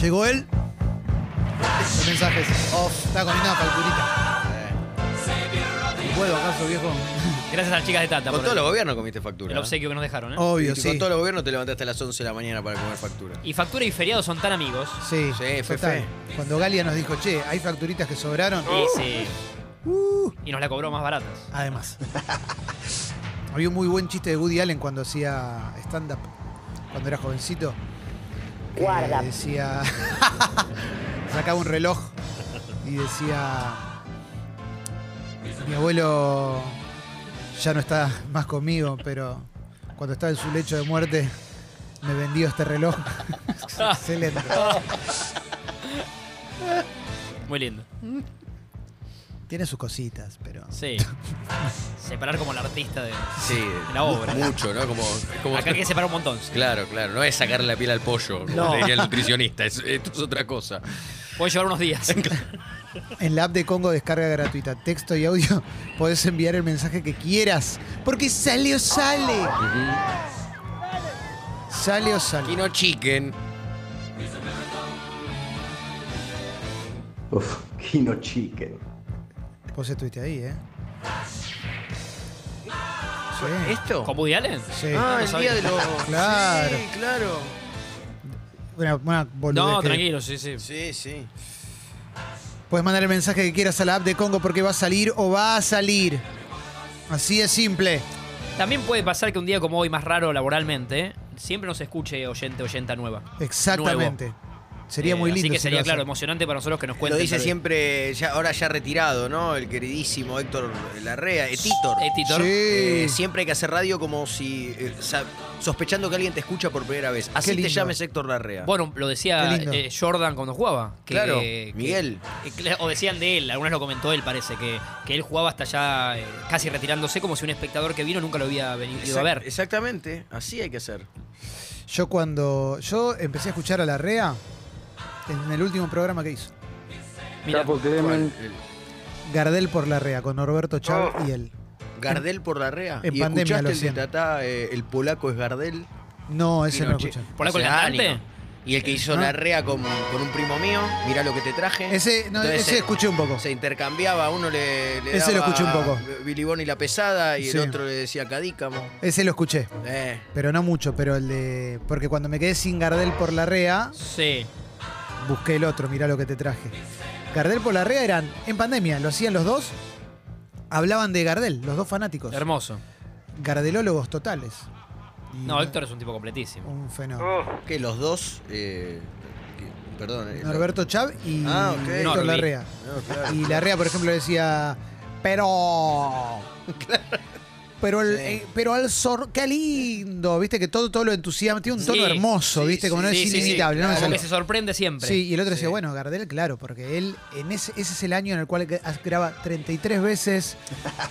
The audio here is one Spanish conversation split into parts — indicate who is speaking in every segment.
Speaker 1: Llegó él. Los mensajes. Off. Está con una facturita.
Speaker 2: Eh.
Speaker 1: ¿No ¿Puedo acaso, viejo?
Speaker 3: Gracias a las chicas de Tata. por
Speaker 2: Con todos
Speaker 3: el,
Speaker 2: los gobiernos comiste factura.
Speaker 3: el obsequio que nos dejaron, ¿eh?
Speaker 1: Obvio,
Speaker 2: Y Con
Speaker 1: sí.
Speaker 2: todos los gobiernos te levantaste a las 11 de la mañana para comer factura.
Speaker 3: Y factura y feriado son tan amigos.
Speaker 1: Sí,
Speaker 2: Sí, fue
Speaker 1: total. Cuando Galia nos dijo, che, hay facturitas que sobraron.
Speaker 2: Oh.
Speaker 1: Uh.
Speaker 3: Y sí. Y nos la cobró más baratas.
Speaker 1: Además. Había un muy buen chiste de Woody Allen cuando hacía stand-up, cuando era jovencito. que
Speaker 4: Guarda.
Speaker 1: Decía. sacaba un reloj y decía. Mi abuelo ya no está más conmigo, pero cuando estaba en su lecho de muerte me vendió este reloj. Excelente.
Speaker 3: Muy lindo.
Speaker 1: Tiene sus cositas, pero.
Speaker 3: Sí. Separar como el artista de.
Speaker 2: Sí.
Speaker 3: La obra.
Speaker 2: Mucho, ¿no? Como, como-
Speaker 3: Acá hay que separar un montón.
Speaker 2: Claro, claro. No es sacarle la piel al pollo, como
Speaker 3: No.
Speaker 2: te diría el nutricionista. es- esto es otra cosa.
Speaker 3: Puede llevar unos días.
Speaker 1: En la app de Congo descarga gratuita, texto y audio, podés enviar el mensaje que quieras. Porque sale o sale. Sale o
Speaker 2: Aquí
Speaker 1: sale.
Speaker 2: no chiquen.
Speaker 5: Uf, Kino Chicken.
Speaker 1: Vos estuviste ahí, ¿eh? Sí.
Speaker 2: ¿Esto?
Speaker 3: ¿Con Woody Allen?
Speaker 1: Sí.
Speaker 2: Ah,
Speaker 3: no
Speaker 2: el
Speaker 3: sabía.
Speaker 2: día de los.
Speaker 1: Claro.
Speaker 2: Sí, claro.
Speaker 1: Una, una boludez
Speaker 3: No,
Speaker 1: que-
Speaker 3: tranquilo, sí, sí.
Speaker 2: Sí, sí.
Speaker 1: Podés mandar el mensaje que quieras a la app de Congo porque va a salir o va a salir. Así es simple.
Speaker 3: También puede pasar que un día como hoy, más raro laboralmente, siempre nos escuche oyente, oyenta nueva.
Speaker 1: Exactamente. Sería
Speaker 3: Eh,
Speaker 1: muy lindo.
Speaker 3: Así que
Speaker 1: si
Speaker 3: sería,
Speaker 1: lo
Speaker 3: claro,
Speaker 1: hacen.
Speaker 3: emocionante para nosotros que nos
Speaker 2: Lo
Speaker 3: cuenten.
Speaker 2: dice
Speaker 3: tal vez.
Speaker 2: siempre, ya, ahora ya retirado, ¿no? El queridísimo Héctor Larrea, Etitor.
Speaker 3: Eh, Titor.
Speaker 1: Sí.
Speaker 2: Eh, siempre hay que hacer radio como si eh, sa- sospechando que alguien te escucha por primera vez. Así te
Speaker 1: lindo.
Speaker 2: llames Héctor Larrea.
Speaker 3: Bueno, lo decía
Speaker 1: Qué lindo.
Speaker 3: eh, Jordan cuando jugaba. Que,
Speaker 2: Claro,
Speaker 3: que-
Speaker 2: Miguel.
Speaker 3: eh, cla- o decían de él, algunas lo comentó él, parece, que, que él jugaba hasta ya eh, casi retirándose, como si un espectador que vino nunca lo había venido
Speaker 2: Exact-
Speaker 3: a ver.
Speaker 2: Exactamente, así hay que hacer.
Speaker 1: Yo cuando. Yo empecé a escuchar a la REA en el último programa que hizo.
Speaker 3: Mirá,
Speaker 1: Em,
Speaker 2: ¿Cuál? El-
Speaker 1: Gardel por la REA con Norberto Chávez
Speaker 3: Oh.
Speaker 1: y él.
Speaker 2: Gardel por Larrea.
Speaker 1: en
Speaker 2: ¿Y
Speaker 1: pandemia
Speaker 2: escuchaste
Speaker 1: lo
Speaker 2: el de
Speaker 1: hacían.
Speaker 2: Tatá, eh, el polaco es Gardel?
Speaker 1: No, ese no lo
Speaker 2: Pinoche.
Speaker 1: escuché. Eh,
Speaker 3: ¿Polaco el
Speaker 2: Hace
Speaker 3: cantante?
Speaker 2: años. Y el que hizo
Speaker 1: ¿No?
Speaker 2: Larrea con, con un primo mío, mirá lo que te traje.
Speaker 1: Ese, no,
Speaker 2: Entonces,
Speaker 1: ese
Speaker 2: eh,
Speaker 1: escuché un poco.
Speaker 2: Se intercambiaba, uno le, le
Speaker 1: Ese lo
Speaker 2: daba
Speaker 1: escuché un poco.
Speaker 2: Billy Bonny la pesada y
Speaker 1: Sí.
Speaker 2: el otro le decía Cadícamo.
Speaker 1: Ese lo escuché.
Speaker 2: Eh,
Speaker 1: Pero no mucho, pero el de. Porque cuando me quedé sin Gardel por la REA,
Speaker 3: Sí.
Speaker 1: busqué el otro, mirá lo que te traje. Gardel por la REA eran en pandemia, lo hacían los dos. Hablaban de Gardel, los dos fanáticos.
Speaker 3: Hermoso.
Speaker 1: Gardelólogos totales. Y
Speaker 3: No, Héctor Oh. es un tipo completísimo.
Speaker 1: Un fenómeno.
Speaker 2: que los dos. eh, que- perdón. eh,
Speaker 1: Norberto Chav y
Speaker 2: Ah, ok.
Speaker 1: Héctor
Speaker 3: Norby.
Speaker 1: Larrea.
Speaker 2: No, claro.
Speaker 1: Y Larrea, por ejemplo, decía, pero... Pero, el,
Speaker 2: Sí.
Speaker 1: eh, pero al sor... ¡Qué lindo! Viste que todo, todo lo entusiasma. Tiene un tono
Speaker 3: Sí,
Speaker 1: hermoso,
Speaker 2: sí,
Speaker 1: viste, como
Speaker 2: sí,
Speaker 1: no es
Speaker 2: sí, sí,
Speaker 1: inimitable. no me
Speaker 2: claro.
Speaker 3: Como
Speaker 1: sale.
Speaker 3: que se sorprende siempre.
Speaker 1: Sí, y el otro decía,
Speaker 2: Sí.
Speaker 1: bueno, Gardel, claro, porque él, en ese, ese es el año en el cual gra- graba 33 veces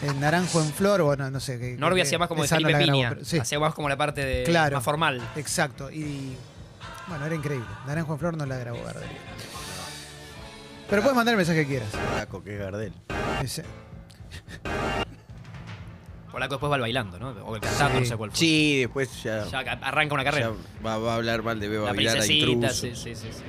Speaker 1: en Naranjo en Flor, bueno, no sé. Que,
Speaker 3: Norby
Speaker 1: que-
Speaker 3: hacía más como de
Speaker 1: esa no
Speaker 3: Felipe
Speaker 1: la grabó,
Speaker 3: Piña.
Speaker 1: pero- sí,
Speaker 3: Hacía más como la parte de,
Speaker 1: Claro.
Speaker 3: más formal.
Speaker 1: exacto. Y, bueno, era increíble. Naranjo en Flor no la grabó Gardel. Pero puedes mandar el mensaje que quieras.
Speaker 2: Polaco, que es Gardel.
Speaker 1: Ese-
Speaker 3: Polaco después va al bailando, ¿no? O el cantante,
Speaker 1: Sí.
Speaker 3: no sé cuál fue.
Speaker 2: Sí, después ya,
Speaker 3: Ya ca- arranca una carrera.
Speaker 2: ya va, va a hablar mal de Beba
Speaker 3: la
Speaker 2: Aguilar a
Speaker 3: princesita,
Speaker 2: intruso.
Speaker 3: sí, sí, sí. sí.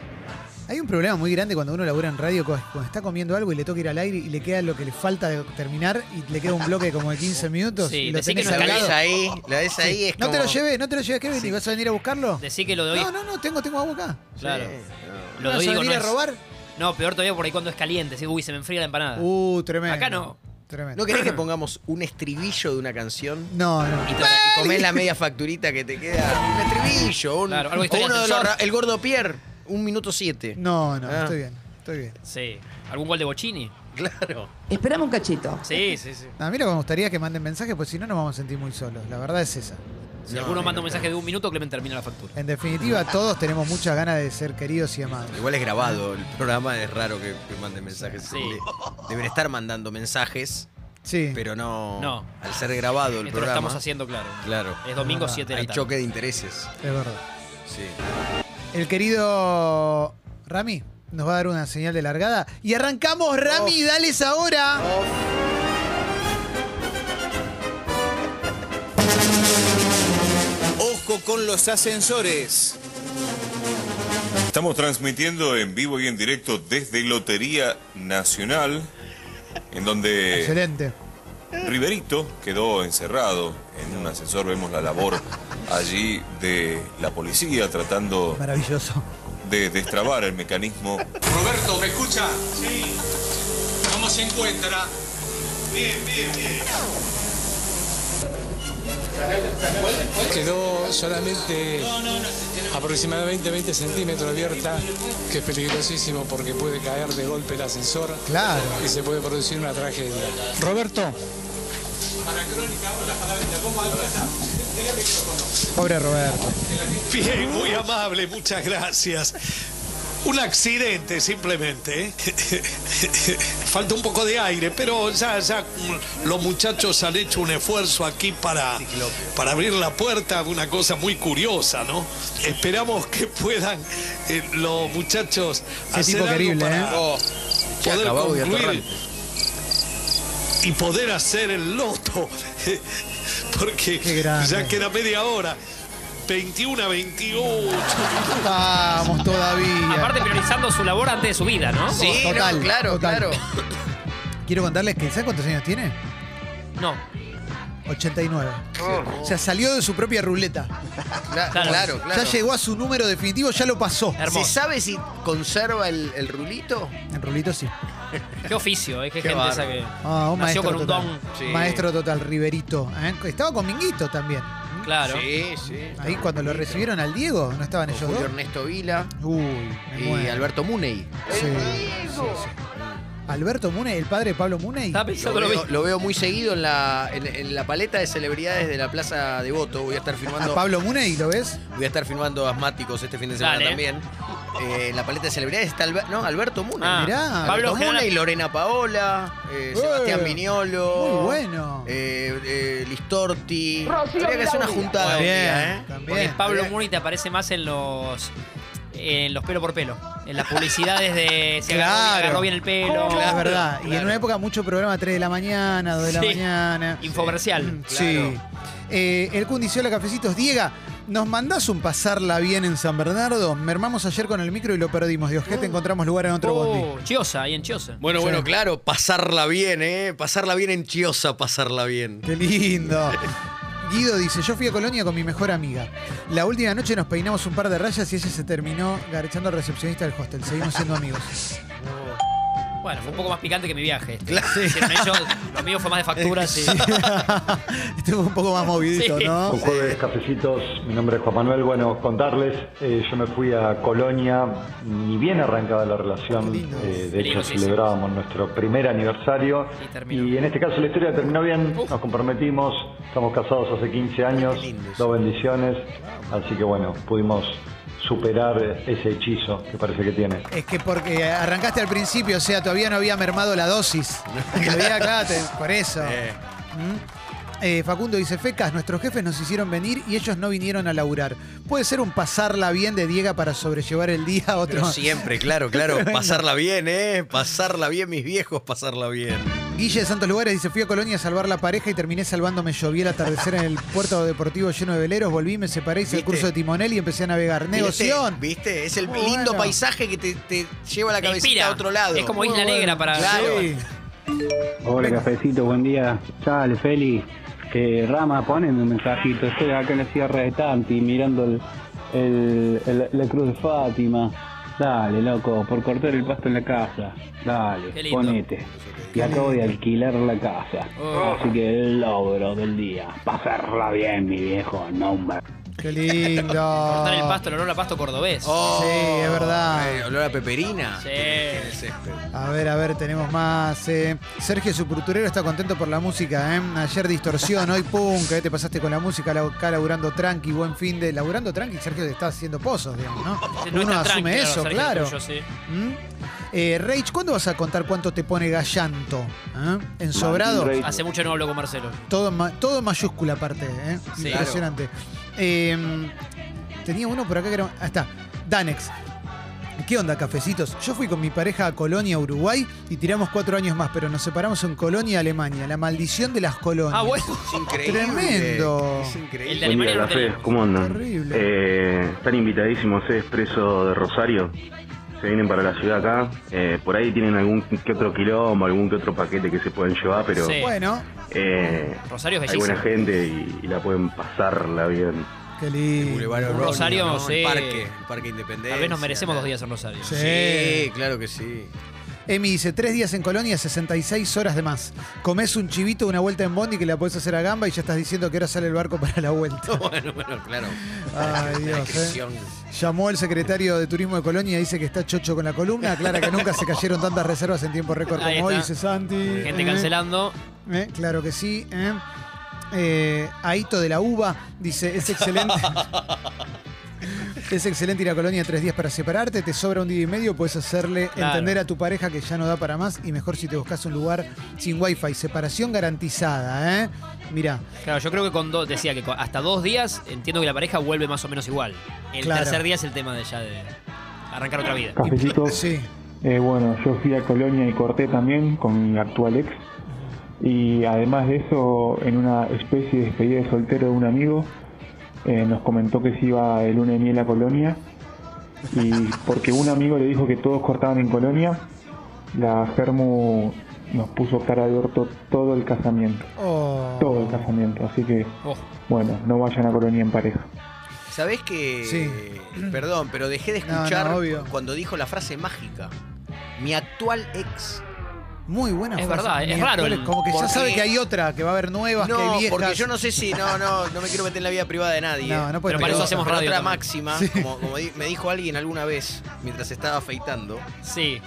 Speaker 1: Hay un problema muy grande cuando uno labura en radio, cu- cuando está comiendo algo y le toca ir al aire y le queda lo que le falta de terminar y le queda un bloque como de 15 minutos
Speaker 3: Sí,
Speaker 1: y lo
Speaker 3: decí
Speaker 1: tenés
Speaker 3: que no
Speaker 1: al
Speaker 2: La
Speaker 3: escalés
Speaker 1: lado.
Speaker 2: ves ahí, la ves ahí es
Speaker 1: No te lo
Speaker 2: como-
Speaker 1: lleves, no te lo lleves, Kevin, ¿y vas a venir a buscarlo?
Speaker 3: Decí que lo de hoy.
Speaker 1: No, no, no, tengo, tengo agua acá.
Speaker 2: Sí,
Speaker 3: Claro.
Speaker 2: no.
Speaker 3: Lo de
Speaker 1: ¿Vas
Speaker 3: hoy
Speaker 1: a
Speaker 3: digo,
Speaker 1: venir
Speaker 3: no
Speaker 1: a
Speaker 3: es-
Speaker 1: robar?
Speaker 3: No, peor todavía por ahí cuando es caliente. Decís, uy, se me enfría la empanada.
Speaker 1: Uh, tremendo.
Speaker 3: Acá no.
Speaker 1: Tremendo.
Speaker 2: ¿No querés que pongamos un estribillo de una canción?
Speaker 1: No, no.
Speaker 3: Y te-
Speaker 2: Y comés la media facturita que te queda. Un estribillo, un,
Speaker 3: Claro, algo de
Speaker 2: o
Speaker 3: historia
Speaker 2: uno de los
Speaker 3: ascensor.
Speaker 2: ra- El gordo Pierre, un minuto siete.
Speaker 1: No, no,
Speaker 2: Ah.
Speaker 1: estoy bien, estoy bien.
Speaker 3: Sí. ¿Algún gol de Bocini?
Speaker 2: Claro.
Speaker 4: Esperame un cachito.
Speaker 3: Sí, sí, sí.
Speaker 1: A mí lo que me gustaría es que manden mensajes, pues si no nos vamos a sentir muy solos. La verdad es esa.
Speaker 3: Si
Speaker 2: No,
Speaker 3: alguno
Speaker 2: no,
Speaker 3: manda
Speaker 2: no.
Speaker 3: un mensaje de un minuto, Clemen termina la factura.
Speaker 1: En definitiva, todos tenemos muchas ganas de ser queridos y amados.
Speaker 2: Igual es grabado el programa, es raro que, que manden mensajes.
Speaker 3: Sí.
Speaker 2: Le- Deben estar mandando mensajes,
Speaker 1: Sí.
Speaker 2: pero no,
Speaker 3: No.
Speaker 2: al ser grabado
Speaker 3: Esto
Speaker 2: el
Speaker 3: lo
Speaker 2: programa.
Speaker 3: estamos haciendo claro.
Speaker 2: Claro.
Speaker 3: Es domingo
Speaker 1: Ah,
Speaker 3: 7 de
Speaker 2: Hay
Speaker 3: la tarde.
Speaker 2: choque de intereses.
Speaker 1: Es verdad.
Speaker 2: Sí.
Speaker 1: El querido Rami nos va a dar una señal de largada. Y arrancamos, Rami, dales ahora.
Speaker 6: Ojo con los ascensores.
Speaker 4: Estamos transmitiendo en vivo y en directo desde Lotería Nacional, en donde
Speaker 1: Excelente.
Speaker 4: Riverito quedó encerrado en un ascensor. Vemos la labor allí de la policía tratando
Speaker 1: Maravilloso.
Speaker 4: de destrabar el mecanismo.
Speaker 6: Roberto, ¿me escucha? Sí. ¿Cómo se encuentra? Bien, bien, bien.
Speaker 7: quedó solamente aproximadamente 20 centímetros abierta, que es peligrosísimo porque puede caer de golpe el ascensor
Speaker 1: Claro.
Speaker 7: y se puede producir una tragedia. Roberto,
Speaker 1: Pobre Roberto.
Speaker 6: Bien, muy amable, muchas gracias. Un accidente simplemente. ¿eh? Falta un poco de aire, pero ya, ya mm, los muchachos han hecho un esfuerzo aquí para, para abrir la puerta, una cosa muy curiosa, ¿no? Esperamos que puedan eh, los muchachos
Speaker 1: Ese
Speaker 6: hacer
Speaker 1: tipo
Speaker 6: algo
Speaker 1: querible,
Speaker 6: para
Speaker 1: ¿eh?
Speaker 2: Oh, qué
Speaker 6: poder
Speaker 2: acabado de
Speaker 6: concluir y poder hacer el loto. Porque
Speaker 1: Qué grande.
Speaker 6: ya queda media hora. 21 a 28.
Speaker 1: Vamos todavía.
Speaker 3: Aparte priorizando su labor antes de su vida, ¿no?
Speaker 2: Sí, no,
Speaker 1: Total,
Speaker 2: claro,
Speaker 1: total.
Speaker 2: claro.
Speaker 1: Quiero contarles que, ¿sabes cuántos años tiene?
Speaker 3: No.
Speaker 1: 89. O sea, salió de su propia ruleta.
Speaker 2: Cla-
Speaker 3: Claro.
Speaker 2: Claro, claro. Er-
Speaker 1: Ya llegó a su número definitivo, ya lo pasó.
Speaker 3: Hermoso.
Speaker 2: ¿Se sabe si conserva el, el rulito?
Speaker 1: En rulito sí.
Speaker 3: Qué oficio, ¿eh? Qué,
Speaker 2: Qué
Speaker 3: gente
Speaker 2: bárbaro.
Speaker 3: esa que
Speaker 1: Ah, un maestro
Speaker 3: nació con un
Speaker 1: total.
Speaker 3: don.
Speaker 2: Sí.
Speaker 1: Maestro total, Riverito. ¿eh? Estaba con Minguito también.
Speaker 3: Claro.
Speaker 2: Sí, sí.
Speaker 1: Ahí cuando lo recibieron al Diego, ¿no estaban
Speaker 2: Con
Speaker 1: ellos
Speaker 2: Julio
Speaker 1: dos?
Speaker 2: Ernesto Vila
Speaker 1: Uy, me
Speaker 2: y
Speaker 1: muero.
Speaker 2: Alberto Muney.
Speaker 1: Sí, sí, sí. Alberto Muney, el padre de Pablo Muney.
Speaker 3: Estaba
Speaker 2: Lo
Speaker 3: pensando lo
Speaker 2: veo,
Speaker 3: mismo.
Speaker 2: lo veo muy seguido en la, en, en la paleta de celebridades de la Plaza de Voto. Voy a estar filmando.
Speaker 1: A Pablo Muney, ¿lo ves?
Speaker 2: Voy a estar filmando asmáticos este fin de semana
Speaker 3: Dale.
Speaker 2: también. Eh, en la paleta de celebridades está Alber- no, Alberto Muna.
Speaker 3: Ah,
Speaker 1: mirá,
Speaker 3: Pablo
Speaker 2: Alberto Muna y
Speaker 3: General,
Speaker 2: Lorena Paola, eh,
Speaker 1: Eh,
Speaker 2: Sebastián Viñolo.
Speaker 1: muy bueno.
Speaker 2: eh, eh, Listorti. Habría que hacer una juntada
Speaker 1: También,
Speaker 2: un día, ¿eh?
Speaker 1: también.
Speaker 3: Pablo Muni te aparece más en los en los pelo por pelo. En las publicidades de se agarró,
Speaker 1: Claro.
Speaker 3: agarró bien el pelo.
Speaker 1: es verdad. Y en
Speaker 2: claro.
Speaker 1: una época mucho programa 3 de la mañana, 2 de la
Speaker 3: Sí.
Speaker 1: mañana.
Speaker 3: Infomercial.
Speaker 1: Mm, Sí. Eh, el Cundiciola Cafecitos, Diega, ¿nos mandás un pasarla bien en San Bernardo? Mermamos ayer con el micro y lo perdimos. Dios, que te encontramos lugar en otro bondi.
Speaker 3: Uh. Oh, Chiosa, ahí en Chiosa.
Speaker 2: Bueno,
Speaker 1: Sí.
Speaker 2: bueno, claro, pasarla bien, ¿eh? Pasarla bien en Chiosa, pasarla bien.
Speaker 1: Qué lindo. Guido dice, yo fui a Colonia con mi mejor amiga. La última noche nos peinamos un par de rayas y ella se terminó garchando al recepcionista del hostel. Seguimos siendo amigos.
Speaker 3: Bueno, fue un poco más picante que mi viaje. este. Hicieron ellos, lo mío fue más de facturas. y-
Speaker 1: Eh, Estuvo un poco más movidito,
Speaker 3: Sí.
Speaker 1: ¿no?
Speaker 5: Un jueves, cafecitos. Mi nombre es Juan Manuel. Bueno, contarles, eh, yo me fui a Colonia, ni bien arrancada la relación.
Speaker 1: Qué lindo.
Speaker 5: eh,
Speaker 3: Qué
Speaker 5: de
Speaker 3: lindo,
Speaker 5: hecho,
Speaker 3: sí, sí.
Speaker 5: celebrábamos nuestro primer aniversario.
Speaker 3: Y terminó.
Speaker 5: Y en este caso, la historia terminó bien. Nos comprometimos. Estamos casados hace 15 años. Dos bendiciones. Así que, bueno, pudimos superar ese hechizo que parece que tiene.
Speaker 1: Es que porque arrancaste al principio, o sea, todavía no había mermado la dosis. Todavía, claro, te- por eso.
Speaker 2: Eh.
Speaker 1: Mm. Eh, Facundo dice, Fecas, nuestros jefes nos hicieron venir y ellos no vinieron a laburar. Puede ser un pasarla bien de Diega para sobrellevar el día a otro.
Speaker 2: Pero siempre, claro, claro. Pasarla bien, ¿eh? Pasarla bien, mis viejos, pasarla bien.
Speaker 1: Guille de Santos Lugares dice, fui a Colonia a salvar la pareja y terminé salvándome yo. Vi el atardecer en el puerto deportivo lleno de veleros, volví, me separé, hice el
Speaker 2: ¿Viste?
Speaker 1: curso de timonel y empecé a navegar. Negoción.
Speaker 2: ¿Viste? ¿Viste? Es el
Speaker 1: Muy
Speaker 2: lindo
Speaker 1: bueno.
Speaker 2: paisaje que te, te lleva la
Speaker 3: Te
Speaker 2: cabecita
Speaker 3: inspira.
Speaker 2: a otro lado.
Speaker 3: Es como Isla Negra para-
Speaker 2: Claro.
Speaker 1: Sí.
Speaker 8: Hola, cafecito, buen día. Chale, Feli. Que Rama, ponenme un mensajito. Estoy acá en la Sierra de Tanti mirando el, el- el- la Cruz de Fátima. Dale, loco, por cortar el pasto en la casa.
Speaker 3: Qué
Speaker 8: Dale,
Speaker 3: lindo.
Speaker 8: ponete. Y acabo de alquilar la casa.
Speaker 3: Oh.
Speaker 8: Así que el logro del día. Pasarla bien, mi viejo. No, hombre.
Speaker 1: Qué lindo.
Speaker 3: Cortar el pasto, el olor a pasto cordobés.
Speaker 2: Oh,
Speaker 1: Sí, es verdad.
Speaker 2: eh, olor a peperina. este,
Speaker 3: Sí.
Speaker 2: Tiene césped.
Speaker 1: A ver, a ver, tenemos más. eh. Sergio, su culturero, está contento por la música. eh. Ayer distorsión, hoy punk. eh, Te pasaste con la música lau- acá laburando tranqui, buen fin de. Laburando tranqui, Sergio te está haciendo pozos, digamos, ¿no?
Speaker 3: No
Speaker 1: Uno
Speaker 3: está
Speaker 1: asume
Speaker 3: tranquilo,
Speaker 1: eso,
Speaker 3: Sergio,
Speaker 1: claro.
Speaker 3: tuyo, sí.
Speaker 1: ¿Mm? Eh, Rage, ¿cuándo vas a contar cuánto te pone gallanto? eh? ¿En sobrado?
Speaker 5: Rage.
Speaker 3: Hace mucho no hablo con Marcelo.
Speaker 1: Todo, en ma- todo en mayúscula aparte, ¿eh? Em,
Speaker 3: Sí.
Speaker 1: impresionante. Eh, tenía uno por acá que era... Ah, está. Danex. ¿Qué onda, cafecitos? Yo fui con mi pareja a Colonia, Uruguay, y tiramos cuatro años más, pero nos separamos en Colonia, Alemania. La maldición de las colonias.
Speaker 3: Ah, bueno.
Speaker 2: Es increíble.
Speaker 1: Tremendo.
Speaker 2: Es
Speaker 3: El
Speaker 2: increíble.
Speaker 3: de
Speaker 9: Buen
Speaker 3: Alemania
Speaker 9: día,
Speaker 3: no lo
Speaker 9: Café.
Speaker 3: tenemos.
Speaker 9: ¿Cómo andan?
Speaker 1: Terrible.
Speaker 9: Eh, están invitadísimos, eh, Expreso de Rosario. Se vienen para la ciudad acá. Eh, por ahí tienen algún que otro quilombo, algún que otro paquete que se pueden llevar, pero
Speaker 3: Sí.
Speaker 1: Bueno,
Speaker 9: eh,
Speaker 3: Rosario es
Speaker 9: hay buena
Speaker 3: bellísimo.
Speaker 9: gente y, y la pueden pasarla bien.
Speaker 1: qué lindo.
Speaker 2: Boulevard Oroño,
Speaker 3: Rosario,
Speaker 2: ¿no?
Speaker 3: sí.
Speaker 2: El parque, el parque Independencia.
Speaker 3: Tal vez nos merecemos dos días en Rosario.
Speaker 1: Sí.
Speaker 2: Sí, claro que sí.
Speaker 1: Emi dice, tres días en Colonia, 66 horas de más. Comés un chivito, una vuelta en bondi que la podés hacer a gamba y ya estás diciendo que ahora sale el barco para la vuelta.
Speaker 2: Bueno, bueno, claro.
Speaker 1: Ay,
Speaker 2: La
Speaker 1: Dios, eh.
Speaker 2: descripción.
Speaker 1: Llamó el secretario de Turismo de Colonia, dice que está chocho con la columna, aclara que nunca se cayeron tantas reservas en tiempo récord
Speaker 3: Ahí
Speaker 1: como hoy,
Speaker 3: está.
Speaker 1: dice Santi.
Speaker 3: Gente
Speaker 1: Eh,
Speaker 3: cancelando.
Speaker 1: eh, claro que sí. eh. Eh, Aito de la Uva dice, es excelente. Es excelente ir a Colonia tres días para separarte, te sobra un día y medio, puedes hacerle
Speaker 3: Claro.
Speaker 1: entender a tu pareja que ya no da para más y mejor si te buscas un lugar sin wifi. Separación garantizada, ¿eh? Mirá,
Speaker 3: Claro, yo creo que con dos, decía que con- hasta dos días entiendo que la pareja vuelve más o menos igual. El
Speaker 1: Claro.
Speaker 3: tercer día es el tema de ya de arrancar otra vida.
Speaker 8: Cafecitos.
Speaker 1: sí.
Speaker 8: Eh, bueno, yo fui a Colonia y corté también con mi actual ex. Y además de eso, en una especie de despedida de soltero de un amigo, eh, nos comentó que se iba el lunes de miel a Colonia. Y porque un amigo le dijo que todos cortaban en Colonia, la Germu nos puso cara de orto todo el casamiento.
Speaker 1: Oh.
Speaker 8: Todo el casamiento. Así que,
Speaker 3: Oh,
Speaker 8: bueno, no vayan a Colonia en pareja.
Speaker 2: ¿Sabés que
Speaker 1: Sí.
Speaker 2: Perdón, pero dejé de
Speaker 1: No, no,
Speaker 2: escuchar
Speaker 1: obvio.
Speaker 2: cuando dijo la frase mágica. Mi actual ex.
Speaker 1: Muy buena
Speaker 3: Es
Speaker 1: frase.
Speaker 3: verdad, es
Speaker 1: Ni
Speaker 3: raro
Speaker 1: actuales,
Speaker 3: el-
Speaker 1: Como que ya
Speaker 2: porque-
Speaker 1: sabe que hay otra, que va a haber nuevas, que hay
Speaker 2: No,
Speaker 1: viejas.
Speaker 2: porque yo no sé si. No, no, no me quiero meter en la vida privada de nadie.
Speaker 1: No, no puede
Speaker 3: Pero para
Speaker 1: ser.
Speaker 3: eso hacemos
Speaker 2: Pero
Speaker 3: radio
Speaker 2: Otra
Speaker 3: también.
Speaker 2: máxima,
Speaker 1: Sí.
Speaker 2: como, como di- me dijo alguien alguna vez mientras estaba afeitando,
Speaker 3: sí.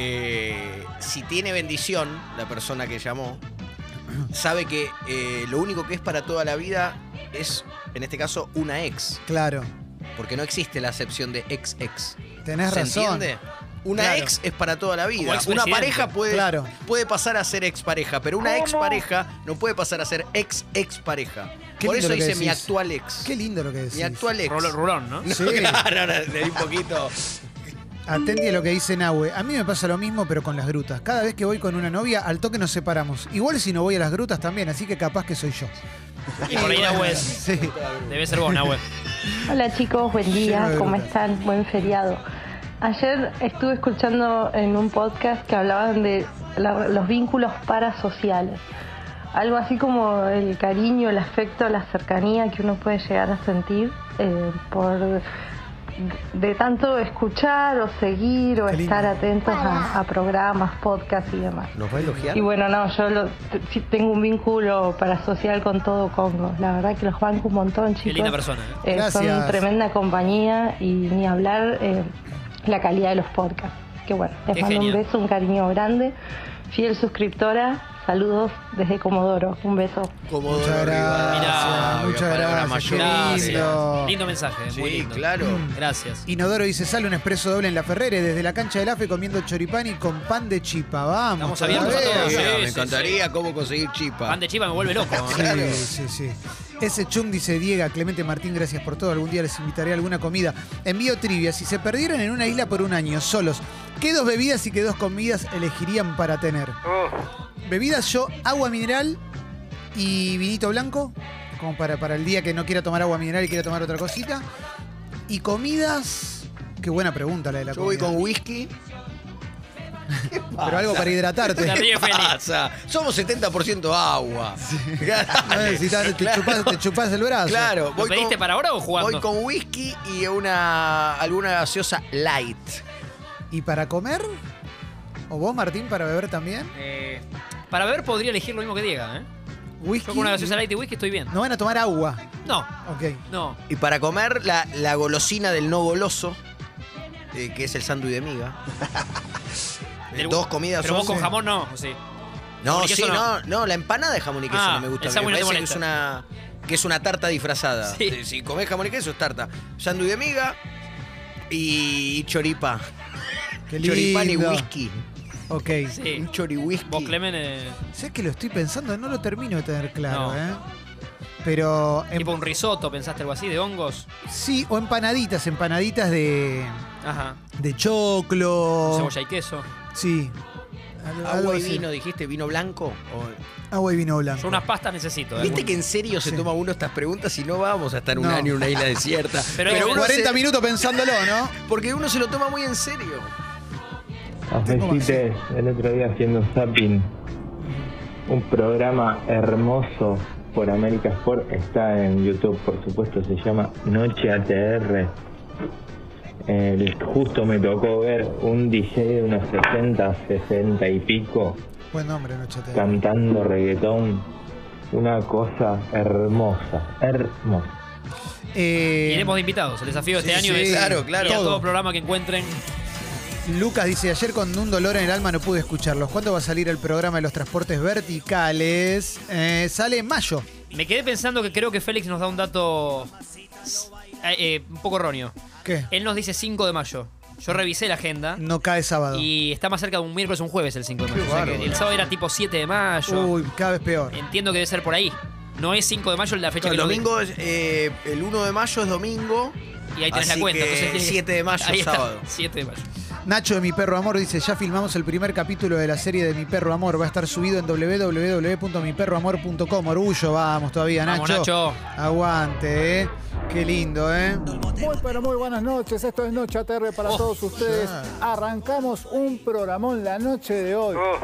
Speaker 2: eh, si tiene bendición la persona que llamó, sabe que eh, lo único que es para toda la vida es, en este caso, una ex.
Speaker 1: Claro,
Speaker 2: Porque no existe la acepción de ex-ex.
Speaker 1: tenés
Speaker 2: ¿Se
Speaker 1: razón.
Speaker 2: entiende? Una
Speaker 1: Claro.
Speaker 2: ex es para toda la
Speaker 3: Como
Speaker 2: vida. Una
Speaker 3: expresidente.
Speaker 2: pareja puede,
Speaker 1: Claro.
Speaker 2: puede pasar a ser expareja, pero una expareja no puede pasar a ser ex-expareja.
Speaker 1: Qué
Speaker 2: Por
Speaker 1: lindo
Speaker 2: eso
Speaker 1: lo que
Speaker 2: dice mi
Speaker 1: decís.
Speaker 2: actual ex.
Speaker 1: Qué lindo lo que decís.
Speaker 2: mi actual ex.
Speaker 3: Rolo- Rulón, ¿no?
Speaker 1: Sí,
Speaker 2: Claro, ahora le di un poquito.
Speaker 1: atendí a lo que dice Nahue. A mí me pasa lo mismo, pero con las grutas. Cada vez que voy con una novia, al toque nos separamos. Igual si no voy a las grutas también, así que capaz que soy yo.
Speaker 3: Y por ahí Nahue es-
Speaker 1: Sí.
Speaker 3: Debe ser vos, Nahue.
Speaker 10: Hola chicos, buen
Speaker 1: Lleno
Speaker 10: día,
Speaker 1: de
Speaker 10: ¿cómo
Speaker 1: dudas.
Speaker 10: están? Buen feriado. Ayer estuve escuchando en un podcast que hablaban de la- los vínculos parasociales. Algo así como el cariño, el afecto, la cercanía que uno puede llegar a sentir eh, por de tanto escuchar o seguir o
Speaker 1: Qué lindo.
Speaker 10: estar atentos a, a programas, podcasts y demás.
Speaker 2: ¿Nos va a elogiar?
Speaker 10: Y bueno, no, yo lo- t- sí tengo un vínculo parasocial con todo Congo. La verdad que los banco un montón, chicos.
Speaker 3: Qué linda persona. ¿eh?
Speaker 10: Eh,
Speaker 1: Gracias.
Speaker 10: son tremenda compañía y ni hablar eh, la calidad de los podcasts. Que bueno, les
Speaker 3: Qué
Speaker 10: mando
Speaker 3: genial.
Speaker 10: un beso, un cariño grande. Fiel suscriptora, saludos desde Comodoro. Un beso.
Speaker 2: Como
Speaker 1: Muchas
Speaker 2: Doro
Speaker 1: gracias,
Speaker 2: Rivadavia,
Speaker 1: muchas
Speaker 2: palabra
Speaker 1: gracias,
Speaker 2: mayor.
Speaker 1: qué lindo.
Speaker 3: Lindo mensaje,
Speaker 2: Sí,
Speaker 3: muy lindo.
Speaker 2: claro.
Speaker 1: Mm.
Speaker 3: Gracias.
Speaker 1: Inodoro dice, sale un expreso doble en la Ferrere desde la cancha del AFE comiendo choripán y con pan de chipa. Vamos.
Speaker 3: Estamos abiertos a
Speaker 1: todavía.
Speaker 3: todos.
Speaker 2: Sí,
Speaker 3: Sí, sí,
Speaker 2: me encantaría cómo conseguir chipa.
Speaker 3: Pan de chiva me vuelve loco. ¿eh?
Speaker 2: Claro.
Speaker 1: Sí, sí, sí. Ese Chung dice Diego, Clemente Martín, gracias por todo. Algún día les invitaré a alguna comida. Envío trivia. Si se perdieron en una isla por un año, solos, ¿qué dos bebidas y qué dos comidas elegirían para tener? Bebidas yo, agua mineral y vinito blanco, como para, para el día que no quiera tomar agua mineral y quiera tomar otra cosita. Y comidas... Qué buena pregunta la de la
Speaker 2: Yo voy
Speaker 1: comida.
Speaker 2: con whisky.
Speaker 1: Pero algo para hidratarte.
Speaker 3: La ríe Feli.
Speaker 2: Pasa. Somos 70% agua.
Speaker 1: No necesitas- te,
Speaker 2: Claro.
Speaker 1: chupás, te chupás el brazo.
Speaker 2: Claro,
Speaker 3: ¿Lo pediste para ahora o jugando?
Speaker 2: voy con whisky y una alguna gaseosa light.
Speaker 1: ¿Y para comer? ¿O vos, Martín, para beber también?
Speaker 3: Eh, para beber podría elegir lo mismo que Diego, ¿eh?
Speaker 1: Whisky.
Speaker 3: Yo con una gaseosa light y whisky estoy bien.
Speaker 1: No van a tomar agua.
Speaker 3: No,
Speaker 1: Ok.
Speaker 3: no.
Speaker 2: Y para comer la, la golosina del no goloso, eh, que es el sándwich de miga. Eh,
Speaker 3: Del-
Speaker 2: Dos comidas
Speaker 3: Pero vos
Speaker 2: son-
Speaker 3: con jamón no, ¿o sí. jamón
Speaker 2: No,
Speaker 3: y queso
Speaker 2: sí,
Speaker 3: no.
Speaker 2: no, no, la empanada de jamón y queso
Speaker 3: Ah,
Speaker 2: no me
Speaker 3: el
Speaker 2: gusta. a mí,
Speaker 3: sándwich
Speaker 2: Me
Speaker 3: no te
Speaker 2: parece que es una que es una tarta disfrazada.
Speaker 3: Sí.
Speaker 2: Eh, Si comés jamón y queso es tarta. Sándwich de miga y choripa.
Speaker 1: Qué
Speaker 2: Choripán y
Speaker 1: lindo.
Speaker 2: whisky.
Speaker 1: Ok.
Speaker 3: Sí.
Speaker 2: Un chori
Speaker 3: Vos,
Speaker 2: whisky.
Speaker 3: Clemen, eh,
Speaker 1: Sé que lo estoy pensando, no lo termino de tener claro,
Speaker 3: No.
Speaker 1: ¿eh? Pero. em-
Speaker 3: tipo un risotto, pensaste algo así, de hongos.
Speaker 1: sí, o empanaditas, empanaditas de.
Speaker 3: Ajá.
Speaker 1: de choclo.
Speaker 3: Cebolla y queso.
Speaker 1: Sí. Al- algo
Speaker 2: Agua y
Speaker 1: así.
Speaker 2: vino, dijiste, vino blanco. O-
Speaker 1: Agua y vino blanco.
Speaker 3: Yo unas pastas necesito. ¿eh?
Speaker 2: Viste que en serio se
Speaker 1: Sí.
Speaker 2: toma uno estas preguntas y no vamos a estar un
Speaker 1: No.
Speaker 2: año en una isla desierta.
Speaker 3: Pero
Speaker 2: uno
Speaker 1: 40
Speaker 2: se-
Speaker 1: minutos pensándolo, ¿no?
Speaker 2: Porque uno se lo toma muy en serio.
Speaker 1: Cafecites,
Speaker 8: el otro día haciendo zapping. Un programa hermoso por América Sport está en YouTube, por supuesto, se llama Noche ATR. Eh, justo me tocó ver un DJ de unos 60, 60 y pico
Speaker 1: Buen nombre, Nochete.
Speaker 8: cantando reggaetón. Una cosa hermosa, hermosa.
Speaker 1: Eh,
Speaker 3: Iremos de invitados. El desafío de este
Speaker 1: sí,
Speaker 3: año
Speaker 1: sí,
Speaker 3: es
Speaker 1: claro, claro.
Speaker 3: ir a todo.
Speaker 1: Todo.
Speaker 3: programa que encuentren.
Speaker 1: Lucas dice, ayer con un dolor en el alma no pude escucharlos. ¿Cuándo va a salir el programa de los transportes verticales? Eh, sale en mayo.
Speaker 3: Me quedé pensando que creo que Félix nos da un dato eh, eh, un poco erróneo.
Speaker 1: ¿Qué?
Speaker 3: Él nos dice 5 de mayo. Yo revisé la agenda
Speaker 1: No cae sábado.
Speaker 3: y está más cerca de un miércoles o un jueves el 5 de mayo.
Speaker 1: Qué
Speaker 3: O sea que
Speaker 1: bárbaro.
Speaker 3: el sábado era tipo 7 de mayo.
Speaker 1: Uy, cada vez peor.
Speaker 3: Entiendo que debe ser por ahí. No es 5 de mayo la fecha
Speaker 2: No,
Speaker 3: que
Speaker 2: el
Speaker 3: nos
Speaker 2: domingo, es, eh, el 1 de mayo es domingo.
Speaker 3: di- Y ahí tenés
Speaker 2: así
Speaker 3: la cuenta.
Speaker 2: que
Speaker 3: Entonces,
Speaker 2: 7 de mayo,
Speaker 3: ahí está,
Speaker 2: sábado.
Speaker 3: 7 de mayo.
Speaker 1: Nacho de Mi Perro Amor dice, ya filmamos el primer capítulo de la serie de Mi Perro Amor. Va a estar subido en www.miperroamor.com. Orgullo, vamos todavía,
Speaker 3: Vamos,
Speaker 1: Nacho.
Speaker 3: Nacho.
Speaker 1: Aguante, ¿eh? Qué lindo, ¿eh?
Speaker 11: Muy pero muy buenas noches, esto es Noche ATR para todos ustedes. Arrancamos un programón la noche de hoy,
Speaker 12: Oh.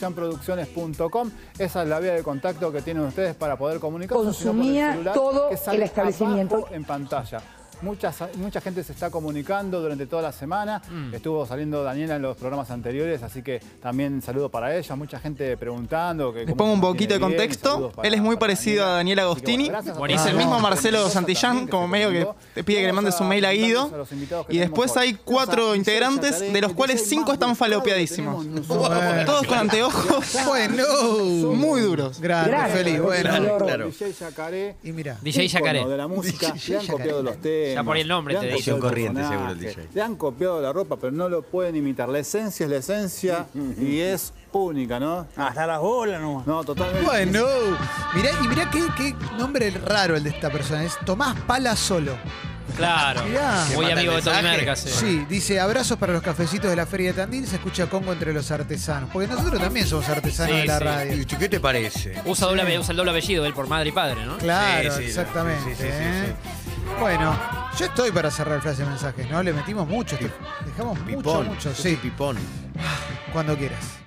Speaker 11: www.marcelosantillánproducciones.com. Esa es la vía de contacto que tienen ustedes para poder comunicarse.
Speaker 10: Consumía todo
Speaker 11: que sale
Speaker 10: el establecimiento.
Speaker 11: abajo en pantalla. Mucha, mucha gente se está comunicando durante toda la semana. Estuvo saliendo Daniela en los programas anteriores, así que también saludo para ella. Mucha gente preguntando. Que
Speaker 12: Les
Speaker 11: cómo
Speaker 12: pongo un
Speaker 11: se
Speaker 12: poquito de
Speaker 11: mantiene bien,
Speaker 12: contexto.
Speaker 11: saludos para-
Speaker 12: Él es muy
Speaker 11: para
Speaker 12: parecido a Daniel
Speaker 11: Así que, bueno,
Speaker 12: Agostini.
Speaker 11: gracias a todos.
Speaker 12: Es el
Speaker 11: Ah,
Speaker 12: mismo
Speaker 11: no.
Speaker 12: Marcelo
Speaker 11: Mendoza
Speaker 12: Santillán,
Speaker 11: también,
Speaker 12: como medio que
Speaker 11: comunicó.
Speaker 12: te pide que le
Speaker 11: Vamos
Speaker 12: mandes un
Speaker 11: a
Speaker 12: mail a Guido.
Speaker 11: presentarles a los invitados que
Speaker 12: Y
Speaker 11: tenemos
Speaker 12: después
Speaker 11: hoy.
Speaker 12: hay cuatro
Speaker 11: Rosa,
Speaker 12: integrantes,
Speaker 11: Giselle
Speaker 12: de los cuales
Speaker 11: Chacaré,
Speaker 12: cinco están falopeadísimos.
Speaker 1: Bueno.
Speaker 12: Todos con anteojos
Speaker 1: Bueno,
Speaker 12: muy duros.
Speaker 1: grande, feliz, bueno.
Speaker 11: Claro,
Speaker 2: claro.
Speaker 11: DJ Yacaré,
Speaker 1: Y mira,
Speaker 3: DJ
Speaker 11: ícono
Speaker 3: Yacaré.
Speaker 11: de la música, le han copiado los temas.
Speaker 3: Ya por el nombre
Speaker 11: le han
Speaker 3: te
Speaker 11: copiado
Speaker 3: digo.
Speaker 11: el
Speaker 2: Corriente,
Speaker 11: personaje,
Speaker 2: seguro el DJ.
Speaker 11: Le han copiado la ropa, pero no lo pueden imitar. La esencia es la esencia y es única, ¿no?
Speaker 8: Hasta las bolas nomás.
Speaker 11: No, totalmente.
Speaker 1: bueno. Mirá, y mirá qué, qué nombre raro el de esta persona. Es Tomás Pala Solo.
Speaker 3: Claro.
Speaker 1: Mirá.
Speaker 3: Muy
Speaker 2: manda
Speaker 3: amigo de Tommy
Speaker 2: mensaje.
Speaker 3: Mercas. eh.
Speaker 1: Sí, dice abrazos para los cafecitos de la Feria de Tandil. Se escucha Congo entre los artesanos. Porque nosotros también somos artesanos
Speaker 3: Sí,
Speaker 1: de la
Speaker 3: sí.
Speaker 1: radio.
Speaker 2: ¿Y qué te parece?
Speaker 3: Usa, doble abe- usa el doble apellido, él por madre y padre, ¿no?
Speaker 1: Claro,
Speaker 2: Sí, sí,
Speaker 1: exactamente.
Speaker 2: sí, sí, sí,
Speaker 1: ¿eh? Bueno, yo estoy para cerrar frase de mensajes, ¿no? Le metimos mucho. este- Dejamos mucho,
Speaker 2: Pipón.
Speaker 1: mucho.
Speaker 2: sos
Speaker 1: Sí,
Speaker 2: un Pipón.
Speaker 1: cuando quieras.